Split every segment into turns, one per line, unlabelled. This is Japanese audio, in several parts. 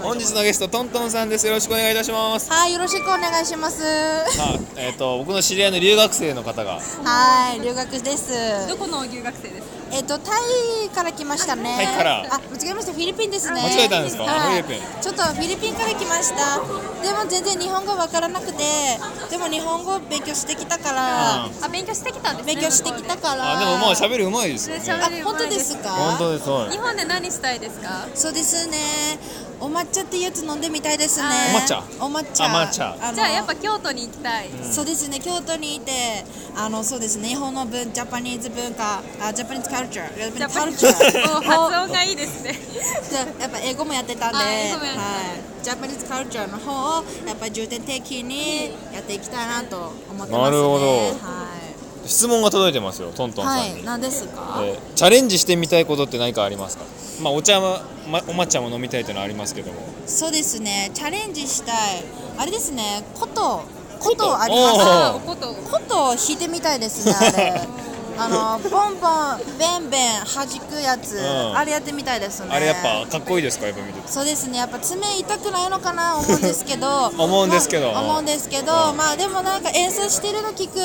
本日のゲストトントンさんですよろしくお願いいたします
はい、よろしくお願いします。
さあえっ、と僕の知り合いの留学生の方が
はい、留学です。
どこの留学生ですか。
えっと、タイから来ましたね。
タイから
あ、間違えました。フィリピンですね。
間違えたんですか
はい、
フィリピン
ちょっとフィリピンから来ました。でも全然日本語わからなくて、でも日本語を勉強してきたから、
あ
あ、勉強してきたんです、ね。
勉強してきた
向こ
から。
あでももう喋るうまいですよ
で喋
ね
る
あ、本当ですか。
本当ですは
う
い
で。日本で何したいですか。
そうですね。お抹茶ってやつ飲んでみたいですね。
お抹茶
お抹茶。
あ抹茶
の
じゃあやっぱ京都に行きたい。
そうですね京都にいてあのそうですね日本の文ジャパニーズ文化あジャパニーズカルチャージャ
ジャ
パ
パ
ニ
ニ
ー
ー
ズ
ズ
カルチャー
お発 音がいいですね。
じゃあやっぱ英語もやってたんで、
あ英語もやってた
はい、ジャパニーズカルチャーの方をやっぱ重点的にやっていきたいなと思ってますね
なるほど
は
質問が届いてますよトントンさ
い、
ん
は
に、
い、何ですか、
えーチャレンジしてみたいことって何かありますかまあお茶は、ま、お抹茶も飲みたいというのはありますけども
そうですねチャレンジしたいあれですねことことあり
お
ます
ー
あ、おこと。
ことを弾いてみたいですねあ れあのボンボンベンベン弾くやつ、
ん
あれやってみたいですね
あれやっぱかっこいいですかやっぱ見てて
そうですねやっぱ爪痛くないのかな思うんですけど
思うんですけど
まあ思うんですけど
うん
まあでもなんか演奏してるの聞く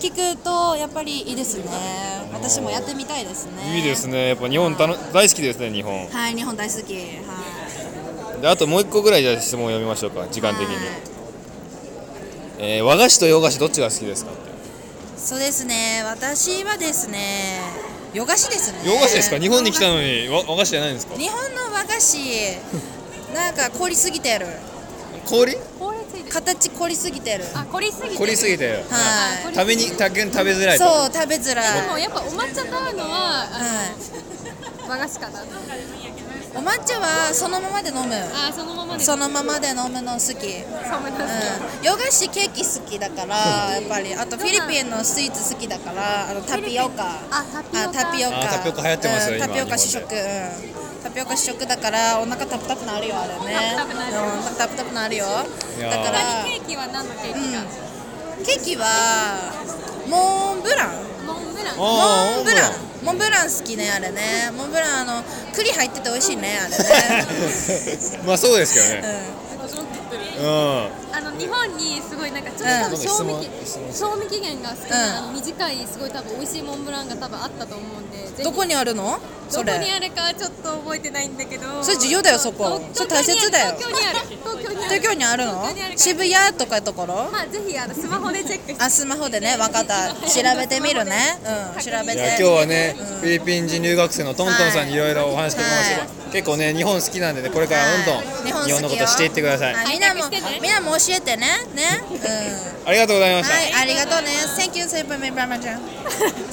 聞くとやっぱりいいですね私もやってみたいですね
いいですねやっぱ日本たの大好きですね日本
はい日本大好きはい
であともう一個ぐらいじゃあ質問を読みましょうか時間的に、
はい
えー和菓子と洋菓子どっちが好きですか
そうですね私はですね洋菓子ですね
洋菓子ですか日本に来たのに和和菓子じゃないんですか
日本の和菓子なんか凝りすぎてる
氷
凍りついてる。
形凝りすぎてる
あ、凝りすぎてる。
凝りすぎ
て。
てる
はい
食べに逆に食べづらいと
そう食べづらい
でもやっぱお抹茶と合うのは
はい
あ和菓子かな。
お抹茶はそのままで飲む
あ、そのままで。
そのままで飲むの好き、うん、
そう思います
洋菓子ケーキ好きだからやっぱりあとフィリピンのスイーツ好きだからあのタピオカ
あタピオ
あ
カ
タピオカ
あタピオカ流行ってますよ
うん
今
タピオカ主食、うん、タピオカ主食だからお腹タプタプなるよあれね
タプタプなる
うんタプタプなるよ
いや
だ
ー
から
他にケーキは何のケーキか。
ケーキはモンブラン
モンブラン。
おー
モンブランモンブラン好きねあれねモンブランあの栗入ってて美味しいねあれね
まあそうですけどね
うん
う
あの日本にすごいなんかちょっと多分賞味,、
うん
期賞味期限が少ない、
うん
あの短いすごい多分美味しいモンブランが多分あったと思うんでぜひ
どこにあるの
ど
そ
こ
れ
にあるかはちょっと覚えてないんだけど
それ重要だよそこそ
東
れ大切だよ
東京にある東京にある
東京にあるの
東京にあるから
渋谷とかいうところ
まあぜひあのスマホでチェックして
あスマホでね分かった調べてみる ねうん調べ
ん、
て
いや今日はね、フィリピン人留学生のトントンさんにいろいろお話聞きました、結構ね日本好きなんでねこれからどんどん
はい
日本のこ
好き
と
よ
していってください、
はいみんなも
開拓してね
みんなも教えてねねう ん
ありがとうございました、
はいありがとうね Thank you so much